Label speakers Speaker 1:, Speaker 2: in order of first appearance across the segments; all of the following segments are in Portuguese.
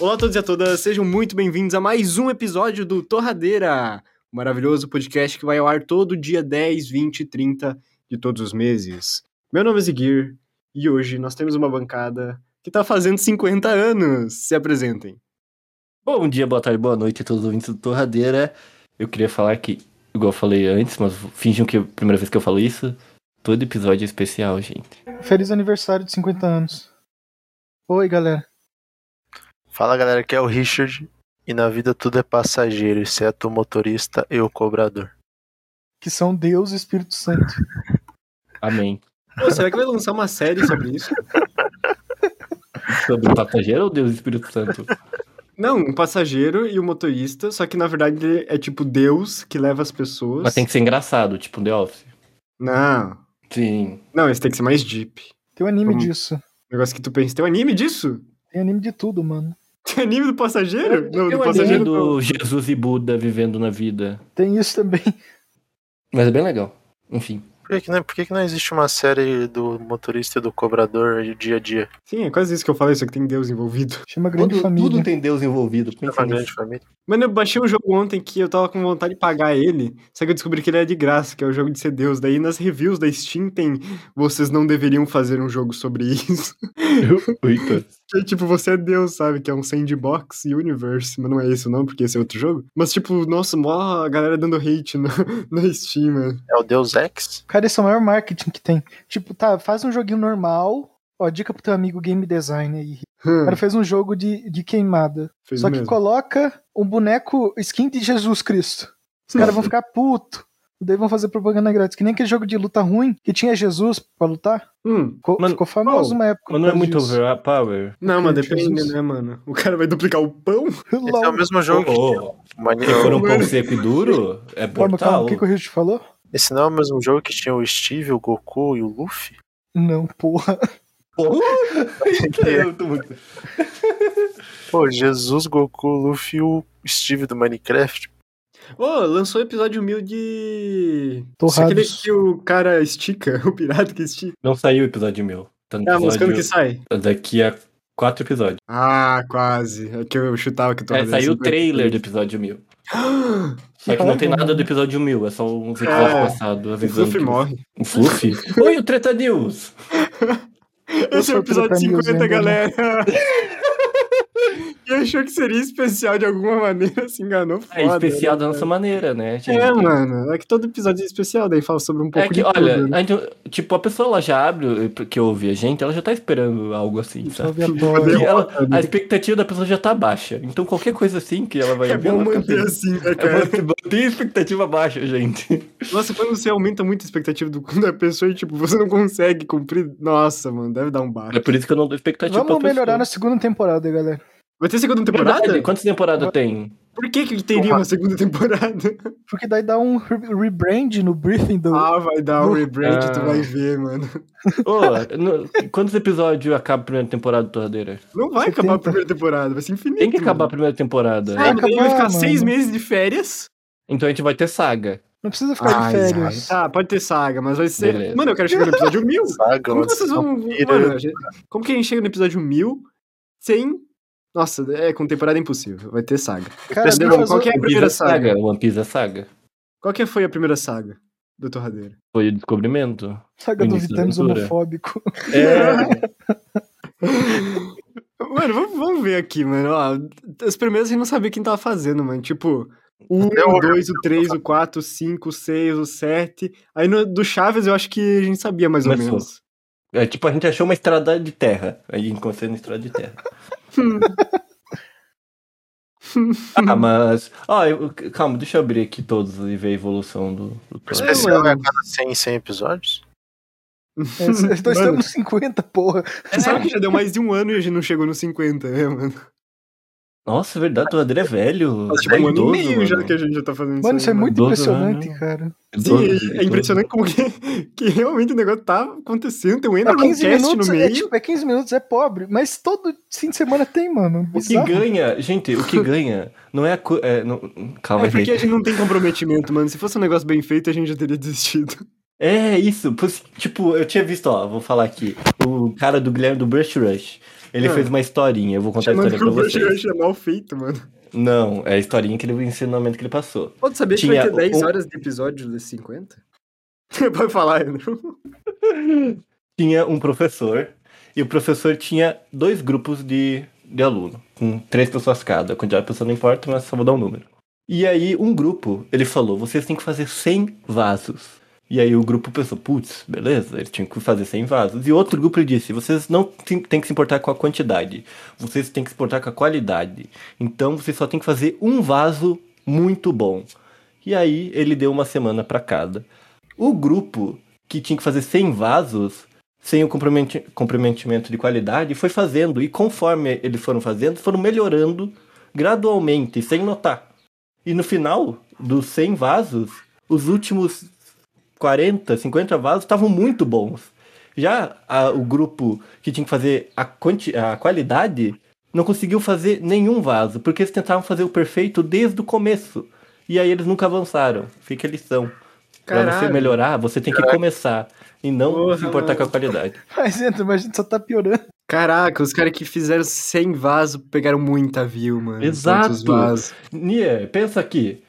Speaker 1: Olá a todos e a todas, sejam muito bem-vindos a mais um episódio do Torradeira, um maravilhoso podcast que vai ao ar todo dia 10, 20 e 30 de todos os meses. Meu nome é Ziguir e hoje nós temos uma bancada que tá fazendo 50 anos. Se apresentem.
Speaker 2: Bom dia, boa tarde, boa noite a todos os ouvintes do Torradeira. Eu queria falar que, igual eu falei antes, mas finjam que é a primeira vez que eu falo isso, todo episódio é especial, gente.
Speaker 3: Feliz aniversário de 50 anos. Oi, galera.
Speaker 4: Fala galera, aqui é o Richard e na vida tudo é passageiro, exceto o motorista e o cobrador.
Speaker 3: Que são Deus e Espírito Santo.
Speaker 2: Amém.
Speaker 1: Pô, será que vai lançar uma série sobre isso?
Speaker 2: Sobre o passageiro ou Deus e Espírito Santo?
Speaker 1: Não, um passageiro e um motorista, só que na verdade ele é tipo Deus que leva as pessoas.
Speaker 2: Mas tem que ser engraçado, tipo The Office.
Speaker 1: Não,
Speaker 2: Sim.
Speaker 1: não, esse tem que ser mais deep.
Speaker 3: Tem um anime
Speaker 1: Como?
Speaker 3: disso.
Speaker 1: Negócio que tu pensa, tem um anime disso?
Speaker 3: Tem anime de tudo, mano.
Speaker 1: Tem anime do passageiro? Não, do
Speaker 2: Eu
Speaker 1: passageiro
Speaker 2: anime
Speaker 1: não.
Speaker 2: do Jesus e Buda vivendo na vida.
Speaker 3: Tem isso também.
Speaker 2: Mas é bem legal. Enfim.
Speaker 4: Por que, que não, por que, que não existe uma série do motorista e do cobrador de dia a dia?
Speaker 1: Sim, é quase isso que eu falei, só que tem Deus envolvido.
Speaker 3: Chama Grande
Speaker 2: tudo,
Speaker 3: Família.
Speaker 2: tudo tem Deus envolvido.
Speaker 4: É
Speaker 2: Pensa
Speaker 4: uma
Speaker 2: nisso.
Speaker 4: grande família.
Speaker 1: Mano, eu baixei um jogo ontem que eu tava com vontade de pagar ele, só que eu descobri que ele era de graça, que é o jogo de ser Deus. Daí nas reviews da Steam tem vocês não deveriam fazer um jogo sobre isso.
Speaker 2: Eita.
Speaker 1: Que é tipo, você é Deus, sabe? Que é um sandbox universe, mas não é isso não, porque esse é outro jogo. Mas tipo, nossa, mó a galera dando hate na, na Steam, mano.
Speaker 4: É o Deus Ex?
Speaker 3: Cara, esse é o maior marketing que tem. Tipo, tá, faz um joguinho normal. Ó, dica pro teu amigo game design aí. O cara fez um jogo de, de queimada.
Speaker 1: Hum, Fez
Speaker 3: Só
Speaker 1: o
Speaker 3: que
Speaker 1: mesmo.
Speaker 3: coloca um boneco skin de Jesus Cristo. Os caras vão ficar puto. Daí vão fazer propaganda grátis. Que nem aquele jogo de luta ruim que tinha Jesus pra lutar.
Speaker 1: Hum,
Speaker 3: Ficou,
Speaker 2: Mano,
Speaker 3: ficou famoso
Speaker 2: não,
Speaker 3: uma época.
Speaker 2: Mas não é muito overpower.
Speaker 1: não, mas
Speaker 3: Porque
Speaker 1: depende,
Speaker 3: Jesus-
Speaker 1: né, mano? O cara vai duplicar o pão?
Speaker 4: Esse é o
Speaker 3: Logo.
Speaker 4: mesmo jogo.
Speaker 2: Oh, oh.
Speaker 4: que tinha o
Speaker 2: Se for um
Speaker 4: Mani-
Speaker 2: pão seco e duro, é
Speaker 3: Calma, calma.
Speaker 2: mortal.
Speaker 3: O que, que o Richard falou?
Speaker 4: Esse não é o mesmo jogo que tinha o Steve, o Goku e o Luffy?
Speaker 3: Não, porra.
Speaker 2: Eu tô muito-
Speaker 4: Pô, Jesus, Goku, Luffy e o Steve do Minecraft. tipo,
Speaker 1: Ô, lançou o episódio mil de...
Speaker 3: Torrados.
Speaker 1: Aquele que o cara estica, o pirata que estica.
Speaker 2: Não saiu o episódio meu. Tá no
Speaker 1: Ah, mas quando
Speaker 2: episódio
Speaker 1: que sai?
Speaker 2: daqui a quatro episódios.
Speaker 1: Ah, quase. É que eu chutava que eu tô
Speaker 2: É,
Speaker 1: rodando
Speaker 2: saiu o
Speaker 1: 50.
Speaker 2: trailer do episódio mil. Só que
Speaker 3: Ah,
Speaker 2: não tem
Speaker 3: mano.
Speaker 2: nada do episódio mil, é só uns episódios
Speaker 1: É.
Speaker 2: passados
Speaker 1: O
Speaker 2: avisando.
Speaker 1: Fluffy
Speaker 2: que-
Speaker 1: morre.
Speaker 2: O Fluffy? Oi, o Treta News!
Speaker 1: Esse é o
Speaker 3: sou
Speaker 1: episódio
Speaker 3: pra mim
Speaker 1: 50,
Speaker 3: usando,
Speaker 1: galera. Quem achou que seria especial de alguma maneira se enganou foda.
Speaker 2: É especial
Speaker 1: né,
Speaker 2: da nossa
Speaker 1: cara?
Speaker 2: maneira, né, gente?
Speaker 1: É, mano. É que todo episódio é especial, daí fala sobre um pouco
Speaker 2: É que,
Speaker 1: de tudo,
Speaker 2: olha,
Speaker 1: né?
Speaker 2: a gente- tipo, a pessoa ela já abre, que ouve a gente, ela já tá esperando algo assim,
Speaker 3: Só
Speaker 2: sabe?
Speaker 3: vi a bola.
Speaker 1: Poder-
Speaker 2: E ela-
Speaker 1: derrota,
Speaker 2: a expectativa da pessoa já tá baixa. Então qualquer coisa assim que ela vai
Speaker 1: É
Speaker 2: ouvir,
Speaker 1: bom
Speaker 2: ela fica
Speaker 1: manter
Speaker 2: feliz.
Speaker 1: assim, né,
Speaker 2: É
Speaker 1: cara?
Speaker 2: bom manter a expectativa baixa, gente.
Speaker 1: Nossa, quando você aumenta muito a expectativa do, da pessoa e, tipo, você não consegue cumprir. Nossa, mano, deve dar um
Speaker 2: É
Speaker 1: baixo.
Speaker 2: por isso que eu não dou
Speaker 1: Tipo,
Speaker 2: expectativa
Speaker 3: Vamos
Speaker 2: pra
Speaker 3: melhorar
Speaker 2: pessoa.
Speaker 3: na segunda temporada, galera.
Speaker 1: Vai ter segunda temporada?
Speaker 2: Verdade, quantas temporadas tem?
Speaker 1: Por que, que teria uma segunda temporada?
Speaker 3: Porque daí dá um re- rebrand no briefing do.
Speaker 1: Ah, vai dar um rebrand, tu
Speaker 2: Ah.
Speaker 1: vai ver, mano.
Speaker 2: Ô, no- quantos episódios acaba a primeira temporada do Torradeira?
Speaker 1: Não vai
Speaker 3: 70.
Speaker 1: acabar a primeira temporada, vai ser infinito.
Speaker 2: Tem que acabar a
Speaker 1: mano.
Speaker 2: primeira temporada.
Speaker 1: Ah, mas daí vai
Speaker 3: Acabar,
Speaker 1: ficar
Speaker 3: mano.
Speaker 1: seis meses de férias.
Speaker 2: Então a gente vai ter saga.
Speaker 3: Não precisa ficar de férias.
Speaker 1: Tá, pode ter saga, mas vai ser.
Speaker 2: Beleza.
Speaker 1: Mano, eu quero chegar no episódio mil.
Speaker 4: Saga,
Speaker 1: Como
Speaker 4: uma
Speaker 1: que vocês vão.
Speaker 4: vampira.
Speaker 1: Mano, a gente- como que a gente chega no episódio mil sem. Nossa, é com temporada é impossível. Vai ter saga.
Speaker 3: Cara,
Speaker 4: Não,
Speaker 3: dá pra
Speaker 1: Devon,
Speaker 3: fazer-
Speaker 1: qual que é a
Speaker 2: One Piece é
Speaker 1: primeira saga?
Speaker 2: saga. One Piece é saga.
Speaker 1: Qual que foi a primeira saga do Torradeira?
Speaker 2: Foi o descobrimento.
Speaker 3: saga do
Speaker 2: Início da
Speaker 3: Vitamis
Speaker 2: aventura.
Speaker 3: homofóbico.
Speaker 2: É.
Speaker 1: Mano, vamos, vamos ver aqui, mano. Ó, as primeiras a gente não sabia quem tava fazendo, mano. Tipo, o 1, o 2, o 3, o 4, o 5, o 6, o 7. Aí no, do Chaves eu acho que a gente sabia mais ou
Speaker 2: Começou.
Speaker 1: menos.
Speaker 2: é tipo, a gente achou uma estrada de terra. Aí encontrei na estrada de terra. ah, mas. Ó, eu- calma, deixa eu abrir aqui todos e ver a evolução do. do
Speaker 4: O
Speaker 2: Torradeira.
Speaker 4: especial é a
Speaker 1: mano.
Speaker 4: cada 100, 100 episódios?
Speaker 3: É, nós
Speaker 1: Mano.
Speaker 3: estamos 50, porra.
Speaker 1: Sabe que já deu mais de um ano e a gente não chegou nos 50, né, mano?
Speaker 2: Nossa, é verdade, o Torradeira é velho.
Speaker 1: Faz tipo um ano
Speaker 2: Idoso,
Speaker 1: e meio já
Speaker 2: mano.
Speaker 1: que a gente já tá fazendo
Speaker 3: Mano, isso é
Speaker 1: aí,
Speaker 3: muito
Speaker 2: Doze anos.
Speaker 3: impressionante,
Speaker 2: né?
Speaker 3: cara.
Speaker 1: Sim,
Speaker 2: Idoso,
Speaker 1: é- é
Speaker 2: idoso.
Speaker 1: impressionante como que, que realmente o negócio tá acontecendo. O
Speaker 3: É
Speaker 1: Ender
Speaker 3: 15
Speaker 1: cast no
Speaker 3: minutos, é,
Speaker 1: meio.
Speaker 3: tipo, é 15 minutos, é pobre. Mas todo fim de semana tem, mano.
Speaker 2: O que
Speaker 3: Bizarro.
Speaker 2: ganha, gente, o que ganha não é a. co- É, não- calma,
Speaker 1: É porque a
Speaker 2: gente.
Speaker 1: gente não tem comprometimento, mano. Se fosse um negócio bem feito, a gente já teria desistido.
Speaker 2: É isso. pô, Tipo, eu tinha visto, ó, vou falar aqui. O cara do Guilherme do Brush Rush. Ele
Speaker 1: Não.
Speaker 2: fez uma historinha, eu vou contar a história pra vocês.
Speaker 1: é mal feito, mano.
Speaker 2: Não, é a historinha que ele, o ensinamento que ele passou.
Speaker 1: Pode saber que
Speaker 2: Tinha
Speaker 1: vai ter 10
Speaker 2: um-
Speaker 1: horas de episódio de 50? Pode falar, Andrew.
Speaker 2: tinha um professor e o professor tinha dois grupos de, de aluno, com três pessoas cada. A quantidade de pessoa não importa, mas só vou dar um número. E aí um grupo, ele falou, vocês têm que fazer 100 vasos. E aí o grupo pensou, putz, beleza, eles tinham que fazer 100 vasos. E outro grupo ele disse, vocês não tem tem que se importar com a quantidade, vocês têm que se importar com a qualidade. Então vocês só têm que fazer um vaso muito bom. E aí ele deu uma semana pra cada. O grupo que tinha que fazer 100 vasos, sem o comprometi- comprometimento de qualidade, foi fazendo. E conforme eles foram fazendo, foram melhorando gradualmente, sem notar. E no final dos 100 vasos, os últimos 40, 50 vasos estavam muito bons. Já a- o grupo que tinha que fazer a, quanti- a qualidade não conseguiu fazer nenhum vaso, porque eles tentavam fazer o perfeito desde o começo. E aí eles nunca avançaram. Fica a lição. Pra você
Speaker 1: Caralho.
Speaker 2: melhorar, você tem que começar e não
Speaker 1: Porra,
Speaker 2: se importar
Speaker 1: mano.
Speaker 2: com a qualidade.
Speaker 3: Mas entra, mas a gente só tá piorando.
Speaker 1: Caraca, os caras que fizeram 100 vasos pegaram muita view, mano.
Speaker 2: Exato.
Speaker 1: Tantos vasos.
Speaker 2: Nier, pensa aqui.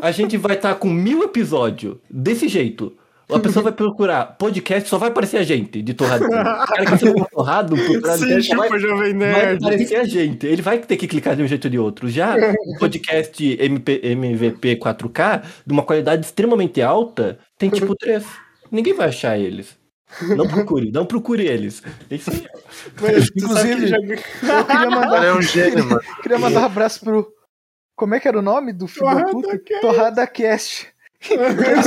Speaker 2: A gente vai estar com mil episódios desse jeito. A pessoa vai procurar podcast, só vai aparecer a gente de torrado. O cara que chega no torrado,
Speaker 1: Sim, tipo
Speaker 2: procurar podcast, só um vai,
Speaker 1: chupa, Jovem
Speaker 2: vai
Speaker 1: Nerd.
Speaker 2: aparecer a gente. Ele vai ter que clicar de um jeito ou de outro. Já o podcast MP, MVP 4K, de uma qualidade extremamente alta, tem tipo três. Ninguém vai achar eles. Não procure, não procure eles. Isso aí.
Speaker 1: Mas tu sabe
Speaker 3: Inclusive,
Speaker 1: que já-
Speaker 3: eu queria mandar,
Speaker 4: Ele é um gênio, mano.
Speaker 3: queria mandar um abraço pro. Como é que era o nome do filho da puta? Torrada Cast. Eles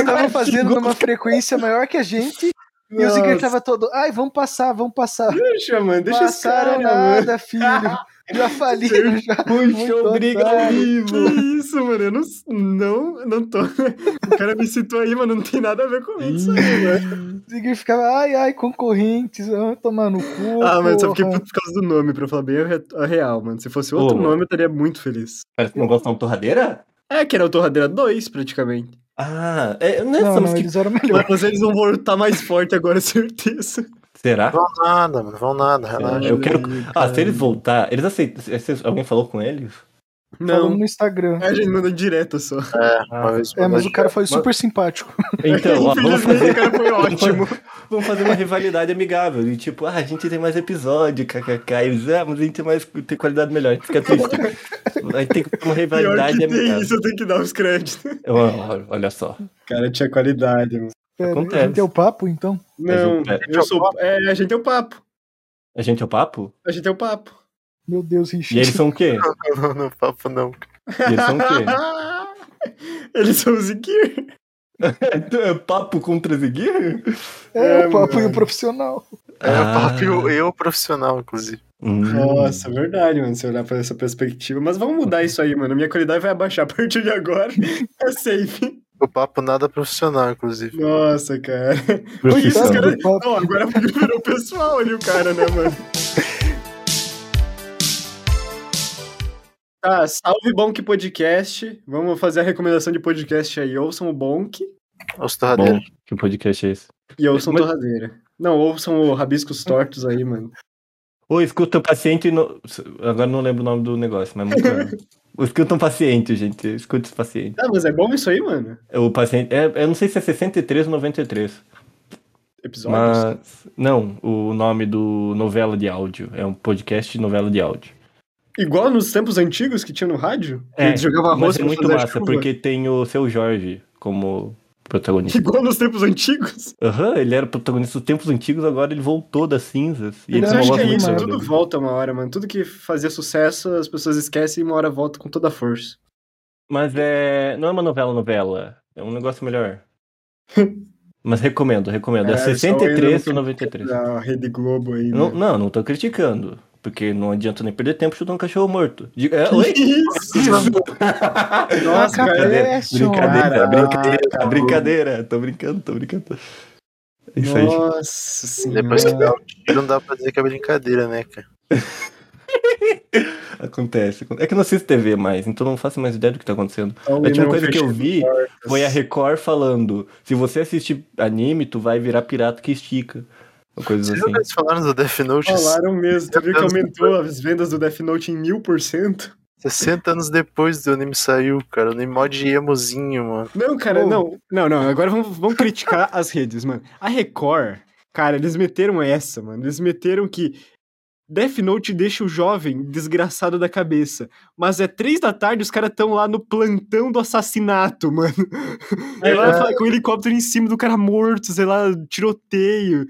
Speaker 3: estavam fazendo numa frequência maior que a gente e o Ziggler tava todo. Ai, vamos passar, vamos passar.
Speaker 1: Deixa, mano, deixa esse cara,
Speaker 3: Passaram
Speaker 1: mano.
Speaker 3: nada, filho. Já faliram, já.
Speaker 2: Puxa,
Speaker 3: Muito
Speaker 2: obrigado.
Speaker 3: otário.
Speaker 1: Que isso, mano, eu não, não, não tô. O cara me citou aí, mano, não tem nada a ver com isso aí, mano.
Speaker 3: Ziggler ficava, ai, ai, concorrentes, ah, tomar no cu.
Speaker 1: Ah, mas só
Speaker 3: porra."
Speaker 1: fiquei puto por causa do nome, pra falar bem a re- a real, mano. Se fosse outro
Speaker 2: Ô.
Speaker 1: nome, eu estaria muito feliz.
Speaker 2: Parece que não gostam de torradeira?
Speaker 1: É, que era o Torradeira 2, praticamente.
Speaker 2: Ah, é, não, é
Speaker 3: Não,
Speaker 2: só, mas
Speaker 3: não,
Speaker 2: que-
Speaker 3: eles eram melhor.
Speaker 1: Mas eles vão voltar mais forte agora, certeza.
Speaker 2: Será?
Speaker 3: Ah,
Speaker 4: Vão nada, mano. Vão nada, relaxa.
Speaker 2: É, eu quero-
Speaker 1: Ai,
Speaker 2: Ah,
Speaker 1: cara.
Speaker 2: se
Speaker 3: é.
Speaker 2: eles voltar, eles aceitam. se- se- Alguém falou com eles?
Speaker 3: Falando
Speaker 1: Não,
Speaker 3: no Instagram.
Speaker 1: a gente manda direto só.
Speaker 4: Uma vez
Speaker 3: É, mas
Speaker 4: mandou-
Speaker 3: o cara foi super simpático.
Speaker 2: Então, ó, vamos
Speaker 1: Infelizmente, o
Speaker 2: fazer.
Speaker 1: cara foi ótimo.
Speaker 2: Vamos fazer uma rivalidade amigável. E tipo, ah, a gente tem mais episódio, kkk. E eles, ah, mas a gente tem mais tem qualidade melhor, a gente fica triste. Aí tem que ter uma
Speaker 1: Pior
Speaker 2: rivalidade
Speaker 1: que tem
Speaker 2: amigável.
Speaker 1: isso, eu tenho que dar os créditos.
Speaker 2: Ó, Olha só.
Speaker 1: Cara, tinha qualidade, mano.
Speaker 3: É,
Speaker 2: Acontece.
Speaker 3: a gente deu papo, então.
Speaker 1: Não,
Speaker 2: Mas
Speaker 1: eu sou. É, a gente é o papo.
Speaker 2: A gente é o papo?
Speaker 1: A gente é o papo.
Speaker 3: Meu Deus,
Speaker 2: E
Speaker 3: Richard.
Speaker 2: eles são o quê?
Speaker 4: Não, não, papo não.
Speaker 2: E eles são o quê?
Speaker 1: Eles são os Gear.
Speaker 2: Então é papo contra Ziguir?
Speaker 3: É,
Speaker 1: É,
Speaker 3: o papo e
Speaker 1: mano.
Speaker 3: o profissional.
Speaker 4: É o
Speaker 2: Ah.
Speaker 4: papo e o- e o profissional, inclusive.
Speaker 2: hum.
Speaker 1: Nossa, verdade, mano, se olhar por essa perspectiva. Mas vamos
Speaker 2: Uhum.
Speaker 1: mudar isso aí, mano. Minha qualidade vai abaixar a partir de agora. É safe.
Speaker 4: O papo nada profissional, inclusive.
Speaker 1: Nossa, cara. Por isso, os
Speaker 2: Profissão.
Speaker 1: caras. Não, agora virou pessoal ali o cara, né, mano? Tá, salve Bonk Podcast. Vamos fazer a recomendação de podcast aí. Ouçam o Bonk
Speaker 4: Os
Speaker 2: Bom,
Speaker 4: torradeiros.
Speaker 2: que podcast é esse?
Speaker 1: e ouçam
Speaker 2: Mas-
Speaker 1: Torradeira. Não, ouçam o Rabiscos Tortos aí, mano.
Speaker 2: Ou escuta um paciente. No... Agora não lembro o nome do negócio, mas é muito grande. Ou Escuta um paciente, gente. Escuta os pacientes.
Speaker 1: Ah, mas é bom isso aí, mano?
Speaker 2: O paciente. É, eu não sei se é 63 ou 93.
Speaker 1: Episódios?
Speaker 2: Mas. Não, o nome do novela de áudio. É um podcast de novela de áudio.
Speaker 1: Igual nos tempos antigos que tinha no rádio?
Speaker 2: É,
Speaker 1: Ele jogava
Speaker 2: Mas
Speaker 1: arroz
Speaker 2: é
Speaker 1: pra
Speaker 2: muito
Speaker 1: fazer a
Speaker 2: massa,
Speaker 1: chuva.
Speaker 2: porque tem o seu Jorge como protagonista.
Speaker 1: Igual nos tempos antigos?
Speaker 2: Aham, ele era protagonista dos tempos antigos, agora ele voltou das cinzas. E ele
Speaker 1: Mas
Speaker 2: tem
Speaker 1: eu
Speaker 2: uma
Speaker 1: acho
Speaker 2: voz
Speaker 1: que é
Speaker 2: muito
Speaker 1: isso,
Speaker 2: massa.
Speaker 1: tudo volta uma hora, mano. Tudo que fazia sucesso, as pessoas esquecem e uma hora volta com toda a força.
Speaker 2: Mas é. Não é uma novela, novela. É um negócio melhor. Mas recomendo, recomendo. É,
Speaker 1: É, só
Speaker 2: 63
Speaker 1: ainda
Speaker 2: ou
Speaker 1: não
Speaker 2: 93.
Speaker 1: Da Rede Globo aí,
Speaker 2: Não,
Speaker 1: né?
Speaker 2: não, não tô criticando. Porque não adianta nem perder tempo chutando um cachorro morto. Diga, é, oi?
Speaker 1: Isso! Nossa,
Speaker 3: Ah,
Speaker 1: cara.
Speaker 2: Brincadeira, brincadeira,
Speaker 3: Caraca,
Speaker 2: brincadeira,
Speaker 1: mano.
Speaker 2: brincadeira. Tô brincando, tô brincando. É Isso aí.
Speaker 1: Nossa senhora.
Speaker 4: Depois que dá um tiro, não dá pra dizer que é brincadeira, né, cara?
Speaker 2: Acontece. É que eu não assisto TV mais, então não faço mais ideia do que tá acontecendo.
Speaker 1: Então,
Speaker 2: A última
Speaker 1: não
Speaker 2: coisa que eu
Speaker 1: fechei
Speaker 2: vi
Speaker 1: portas.
Speaker 2: foi a Record falando: se você assistir anime, tu vai virar pirata que estica. Ou coisas
Speaker 4: Vocês
Speaker 2: assim.
Speaker 1: tá
Speaker 4: nunca falaram do Death Note?
Speaker 1: Falaram mesmo, tu viu que
Speaker 4: Deus
Speaker 1: aumentou as vendas do Death Note em mil por cento?
Speaker 4: 60 anos depois do anime saiu, cara. O anime mó de emozinho, mano.
Speaker 1: Não, cara,
Speaker 3: Oh.
Speaker 1: não. Não, não, agora vamos, vamos criticar as redes, mano. A Record, cara, eles meteram essa, mano. Eles meteram que Death Note deixa o jovem desgraçado da cabeça. Mas é três da tarde, os caras estão lá no plantão do assassinato, mano. Aí lá fala com o helicóptero em cima do cara morto, sei lá, tiroteio.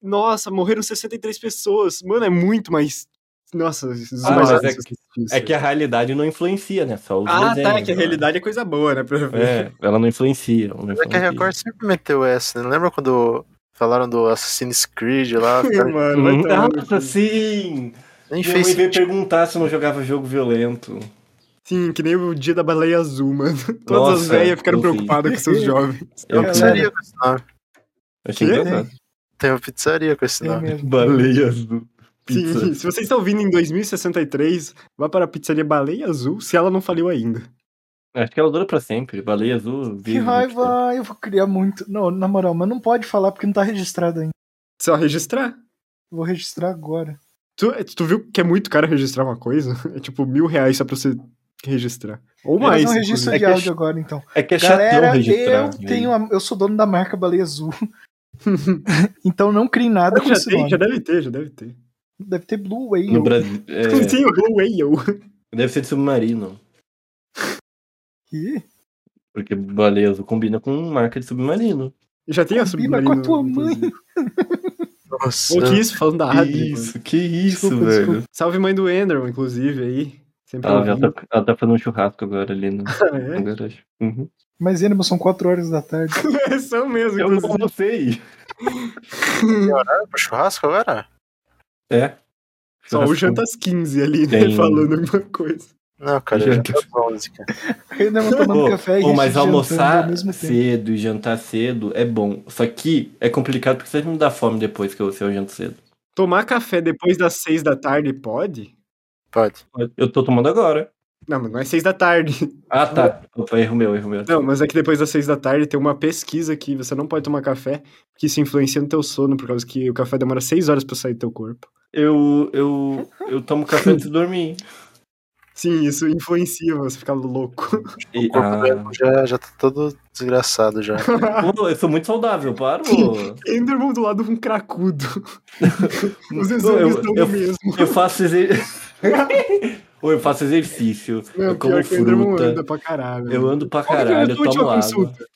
Speaker 1: Nossa, morreram 63 pessoas. Mano, é muito mais. Nossa,
Speaker 2: mas
Speaker 1: zoado
Speaker 2: é
Speaker 1: isso
Speaker 2: que-
Speaker 1: isso.
Speaker 2: É que a realidade não influencia, né? Só os
Speaker 1: Ah,
Speaker 2: desenhos,
Speaker 1: tá, é que a
Speaker 2: né?
Speaker 1: realidade é coisa boa, né? pra ver.
Speaker 2: É, ela não influencia. ela não
Speaker 4: É que a
Speaker 2: influencia.
Speaker 4: Record sempre meteu essa, né? Lembra quando falaram do Assassin's Creed lá? Cara,
Speaker 1: Mano, vai
Speaker 3: Uhum.
Speaker 1: tomar no
Speaker 2: Uhum. Nossa,
Speaker 1: cu.
Speaker 2: sim!
Speaker 4: nem
Speaker 2: Minha mãe
Speaker 4: fez
Speaker 2: veio
Speaker 4: sentido.
Speaker 2: perguntar se eu não jogava jogo violento.
Speaker 1: Sim, que nem o dia da baleia azul, mano. Todas as
Speaker 2: Nossa,
Speaker 1: velhas ficaram
Speaker 2: eu vi.
Speaker 1: preocupadas com seus jovens.
Speaker 2: Eu, né?
Speaker 3: Galera.
Speaker 4: Pizzaria com esse nome.
Speaker 2: eu achei
Speaker 1: Que?
Speaker 2: engraçado.
Speaker 4: Tem uma pizzaria com esse
Speaker 3: É
Speaker 4: nome.
Speaker 3: mesmo.
Speaker 2: Baleia azul. Pizza.
Speaker 1: Sim, se vocês estão vindo em 2063, vá para a pizzaria Baleia Azul, se ela não faliu ainda.
Speaker 2: É, Acho que ela dura pra sempre. Baleia azul.
Speaker 3: Que
Speaker 2: vive muito tempo.
Speaker 3: raiva, eu vou criar muito. Não, na moral, mas não pode falar porque não tá registrado ainda.
Speaker 1: Só registrar.
Speaker 3: Vou registrar agora.
Speaker 1: Tu, tu viu que é muito caro registrar uma coisa? É tipo mil reais só pra você registrar. Ou mais.
Speaker 3: Mas um registro
Speaker 1: inclusive.
Speaker 3: de
Speaker 2: É que
Speaker 3: áudio agora, então.
Speaker 2: É que é chatão né?
Speaker 3: Galera,
Speaker 2: registrar.
Speaker 3: eu,
Speaker 2: velho.
Speaker 3: tenho a- eu sou dono da marca Baleia Azul. então não crie nada com
Speaker 1: já,
Speaker 3: esse
Speaker 1: tem,
Speaker 3: nome.
Speaker 1: já deve ter, já deve ter.
Speaker 3: Deve ter Blue
Speaker 2: No
Speaker 3: Whale.
Speaker 2: Brasil. é,
Speaker 1: Sim, o Blue Whale.
Speaker 2: deve ser de submarino.
Speaker 3: Ih,
Speaker 2: Porque baleia azul combina com marca de submarino.
Speaker 1: Já tem a
Speaker 3: Combina
Speaker 1: submarina.
Speaker 3: com a tua mãe.
Speaker 1: inclusive.
Speaker 4: Nossa.
Speaker 1: Ou que isso, falando da
Speaker 2: Que
Speaker 1: Adri. mano.
Speaker 2: isso, que isso,
Speaker 3: Desculpa,
Speaker 2: velho.
Speaker 3: desculpa.
Speaker 1: Salve mãe do Enderman, inclusive, aí. Sempre
Speaker 2: Ela, já
Speaker 1: ouvindo.
Speaker 2: tá, ela tá fazendo um churrasco agora ali no,
Speaker 1: Ah, é?
Speaker 2: no garagem. Uhum.
Speaker 3: Mas ainda são 4 horas da tarde.
Speaker 1: É, São mesmo,
Speaker 2: Eu
Speaker 1: inclusive.
Speaker 2: não sei.
Speaker 4: Vai pro churrasco agora?
Speaker 2: É.
Speaker 1: Só o janta às 15 ali, né?
Speaker 2: Tem-
Speaker 1: Falando alguma coisa.
Speaker 4: Não, cara,
Speaker 2: Já
Speaker 4: já tá bom, assim, cara.
Speaker 3: Ainda não
Speaker 1: um
Speaker 3: tomando
Speaker 2: Pô,
Speaker 3: café e
Speaker 2: pô,
Speaker 1: né,
Speaker 2: mas
Speaker 3: jantando
Speaker 2: almoçar
Speaker 3: ao mesmo tempo.
Speaker 2: cedo e jantar cedo é bom. Só que é complicado porque você não dá fome depois que eu, se eu janto cedo.
Speaker 1: Tomar café depois das 6 da tarde pode?
Speaker 4: Pode.
Speaker 2: Eu tô tomando agora.
Speaker 1: Não, mas não é 6 da tarde.
Speaker 2: Ah, tá. Opa, erro meu, erro meu.
Speaker 1: Não, mas é que depois das 6 da tarde tem uma pesquisa que você não pode tomar café, que isso influencia no teu sono, por causa que o café demora 6 horas pra sair do teu corpo.
Speaker 2: Eu, eu, eu tomo café antes de dormir.
Speaker 1: Sim, isso influencia você ficar louco.
Speaker 2: E-
Speaker 4: O corpo
Speaker 2: ah,
Speaker 4: dela já, já tá todo desgraçado já.
Speaker 2: pô, eu sou muito saudável, para. pô.
Speaker 1: Enderman do lado de um cracudo. Os
Speaker 2: Pô,
Speaker 1: exames
Speaker 2: eu-
Speaker 1: estão no
Speaker 2: eu-
Speaker 1: mesmo.
Speaker 2: Eu faço exercício. Ou eu faço exercício. eu
Speaker 1: Não,
Speaker 2: como
Speaker 1: pior que o Enderman
Speaker 2: fruta.
Speaker 1: anda pra caralho.
Speaker 2: Eu ando pra
Speaker 1: Qual Uhum. que foi a
Speaker 2: caralho, eu
Speaker 1: tua
Speaker 2: tomo
Speaker 1: última
Speaker 2: água.
Speaker 1: consulta?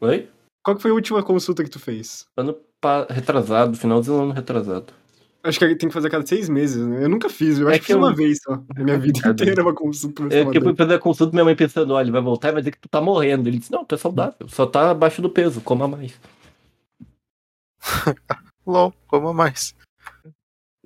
Speaker 2: Oi?
Speaker 1: Qual que foi a última consulta que tu fez?
Speaker 2: Ano pa- retrasado, finalzinho do ano retrasado.
Speaker 1: Acho que tem que fazer a cada seis meses, né? Eu nunca fiz, eu
Speaker 2: É
Speaker 1: acho que
Speaker 2: que
Speaker 1: fiz
Speaker 2: eu-
Speaker 1: uma vez só. Na minha vida
Speaker 2: Cada-
Speaker 1: inteira uma consulta pro
Speaker 2: É que eu fui
Speaker 1: é,
Speaker 2: fazer a consulta, minha mãe pensando, olha, ele vai voltar e vai dizer que tu tá morrendo. Ele disse, não, tu é saudável, só tá abaixo do peso, coma mais.
Speaker 4: LOL, coma mais.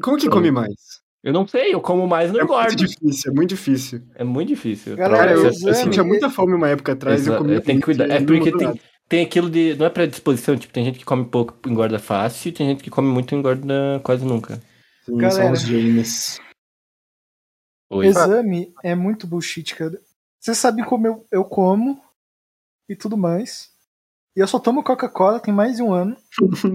Speaker 1: Como que come mais?
Speaker 2: Eu não sei, eu como mais e não
Speaker 1: É muito
Speaker 2: engordo.
Speaker 1: difícil, é muito difícil.
Speaker 2: É muito difícil.
Speaker 3: Galera,
Speaker 1: Cara,
Speaker 3: Não,
Speaker 1: eu,
Speaker 3: é
Speaker 1: eu
Speaker 3: exame, assim,
Speaker 1: sentia muita fome uma época atrás, eu
Speaker 2: Exa-
Speaker 1: comia
Speaker 2: tem que cuidar.
Speaker 1: pizza e assim,
Speaker 2: É
Speaker 1: não
Speaker 2: porque
Speaker 1: mudou
Speaker 2: tem,
Speaker 1: nada.
Speaker 2: tem aquilo de. Não é predisposição, tipo, tem gente que come pouco e engorda fácil, e tem gente que come muito e engorda quase nunca.
Speaker 1: Sim,
Speaker 3: Galera.
Speaker 1: são os genes.
Speaker 2: Oi.
Speaker 3: Exame é muito bullshit, cara. Vocês sabem como eu, eu como e tudo mais. E eu só tomo Coca-Cola tem mais de um ano.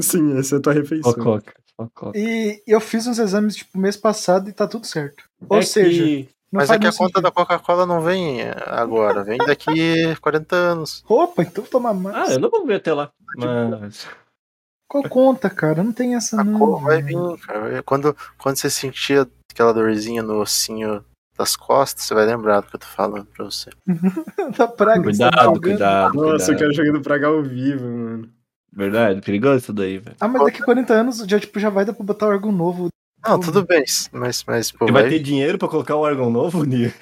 Speaker 1: Sim, essa é a tua refeição.
Speaker 2: Ó, coca, ó, coca.
Speaker 3: E eu fiz uns exames tipo mês passado e tá tudo certo. Ou
Speaker 2: É
Speaker 3: seja,
Speaker 2: que-
Speaker 3: não
Speaker 4: Mas é
Speaker 3: faz
Speaker 4: que a
Speaker 3: muito
Speaker 4: conta
Speaker 3: sentido.
Speaker 4: da Coca-Cola não vem agora, vem daqui 40 anos.
Speaker 3: Opa, então vou tomar mais.
Speaker 2: Ah, eu não vou ver até lá.
Speaker 1: Tipo,
Speaker 2: Mas.
Speaker 3: Qual conta, cara? Não tem essa
Speaker 4: A
Speaker 3: não.
Speaker 4: cor vai
Speaker 3: velho.
Speaker 4: vir, cara. Quando, quando você sentia aquela dorzinha no ossinho das costas, você vai lembrar do que eu tô falando pra você. é-
Speaker 3: da praga que você tá
Speaker 2: Cuidado,
Speaker 3: pagando.
Speaker 2: cuidado.
Speaker 1: Nossa, eu
Speaker 2: cuidado.
Speaker 1: quero jogando pra ao vivo, mano.
Speaker 2: Verdade, perigoso isso daí, velho.
Speaker 3: Ah, mas daqui 40 anos já, tipo, já vai dar pra botar órgão novo.
Speaker 4: Não, tudo bem, mas, mas pô,
Speaker 2: Você
Speaker 4: vai,
Speaker 2: vai ter dinheiro pra colocar o órgão novo, Nia?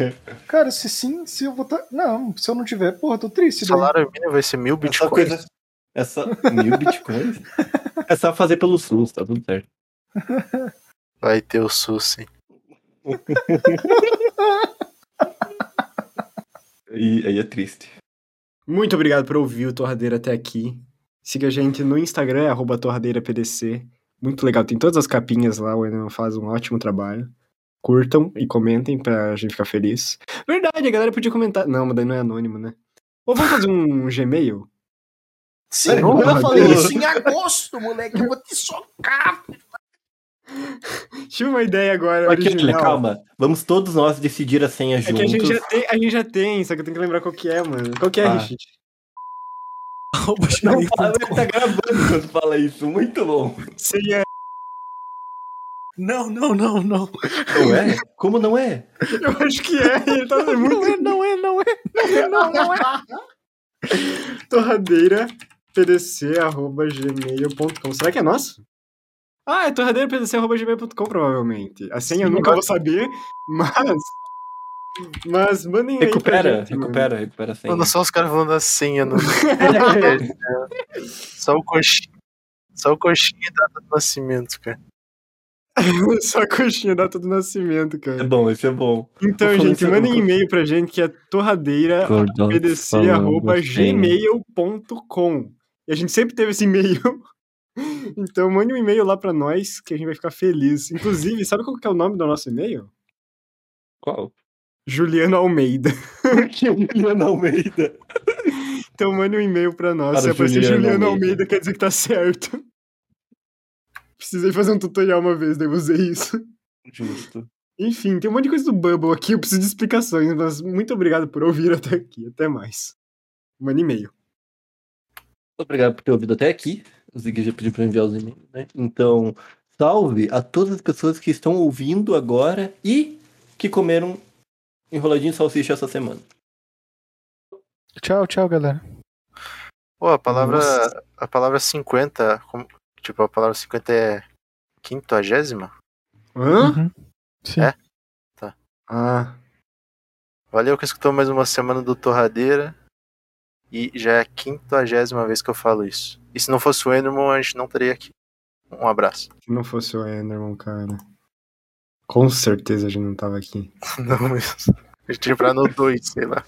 Speaker 3: Cara, se sim, se eu botar. Não, se eu não tiver, porra, tô
Speaker 4: o
Speaker 3: triste. daí.
Speaker 4: salário mínimo vai ser mil
Speaker 2: Essa
Speaker 4: bitcoins.
Speaker 2: coisa. Essa. Mil bitcoins? É só fazer pelo SUS, tá tudo certo.
Speaker 4: Vai ter o SUS, sim.
Speaker 2: E aí é triste.
Speaker 1: Muito obrigado por ouvir o Torradeira até aqui. Siga a gente no Instagram, é arroba torradeirapdc. Muito legal, tem todas as capinhas lá, o Enem faz um ótimo trabalho. Curtam e comentem pra gente ficar feliz. Verdade, a galera podia comentar. Não, mas daí não é anônimo, né? Ou vamos fazer um Gmail?
Speaker 5: Sim, quando eu falei isso em agosto, moleque, eu vou te socar.
Speaker 1: Tive uma ideia agora.
Speaker 2: Aqui,
Speaker 1: original.
Speaker 2: calma. Vamos todos nós decidir a senha
Speaker 1: É que a
Speaker 2: juntos.
Speaker 1: gente, já tem, a gente já tem, só que eu tenho que lembrar qual que é, mano. Qual que é,
Speaker 2: Ah.
Speaker 1: Richard?
Speaker 5: Arroba
Speaker 2: Não
Speaker 5: gmail
Speaker 2: fala,
Speaker 5: ponto
Speaker 2: ele
Speaker 5: com.
Speaker 2: tá gravando quando fala isso. Muito bom.
Speaker 1: Senha.
Speaker 5: Não, não, não, não.
Speaker 2: Não é? Como não é?
Speaker 1: Eu acho que é. Ele tá muito
Speaker 3: é, não é, não é.
Speaker 1: torradeira pdc.gmail.com. Será que é nosso? Ah, é torradeira pdc.gmail.com, provavelmente. A senha eu nunca vou saber, mas. Mas mandem aí. pra
Speaker 2: Recupera,
Speaker 1: gente, mano.
Speaker 2: recupera, recupera a senha.
Speaker 4: Mano, só os caras falando assim, eu não... só o coxinha. Só o coxinha da data do nascimento, cara.
Speaker 1: Só a coxinha, data do nascimento,
Speaker 2: É
Speaker 1: cara.
Speaker 2: bom, esse é bom.
Speaker 1: Então,
Speaker 2: Vou falar
Speaker 1: gente,
Speaker 2: isso
Speaker 1: mandem
Speaker 2: agora.
Speaker 1: e-mail pra gente que é torradeira assim. pdc.gmail.com. E a gente sempre teve esse e-mail. Então mande um e-mail lá pra nós que a gente vai ficar feliz. Inclusive, sabe qual que é o nome do nosso e-mail?
Speaker 2: Qual?
Speaker 1: Juliano Almeida.
Speaker 2: é Juliana um Almeida.
Speaker 1: Então mande um e-mail pra nós.
Speaker 2: Para
Speaker 1: Se aparecer
Speaker 2: Juliano
Speaker 1: Juliano Almeida.
Speaker 2: Almeida,
Speaker 1: quer dizer que tá certo. Precisei fazer um tutorial uma vez, daí eu usei isso.
Speaker 2: Justo.
Speaker 1: Enfim, tem um monte de coisa do Bubble aqui, eu preciso de explicações, mas muito obrigado por ouvir até aqui. Até mais. Manda e-mail.
Speaker 2: Obrigado por ter ouvido até aqui. O Zig já pediu pra enviar os e-mails, né? Então, salve a todas as pessoas que estão ouvindo agora e que comeram enroladinho de salsicha essa semana.
Speaker 3: Tchau, tchau, galera.
Speaker 4: Pô, a palavra,
Speaker 2: Nossa.
Speaker 4: a palavra 50, como- tipo, a palavra 50 é quinquagésima?
Speaker 1: Hã?
Speaker 3: Uhum. Sim.
Speaker 4: É? Tá.
Speaker 1: Ah.
Speaker 4: Valeu que escutou mais uma semana do Torradeira. E já é a quinquagésima vez que eu falo isso. E se não fosse o Enderman, a gente não estaria aqui. Um abraço.
Speaker 1: Se não fosse o Enderman, cara. Com certeza a gente não tava aqui.
Speaker 4: Não, mas... A gente tinha pra no 2, sei lá.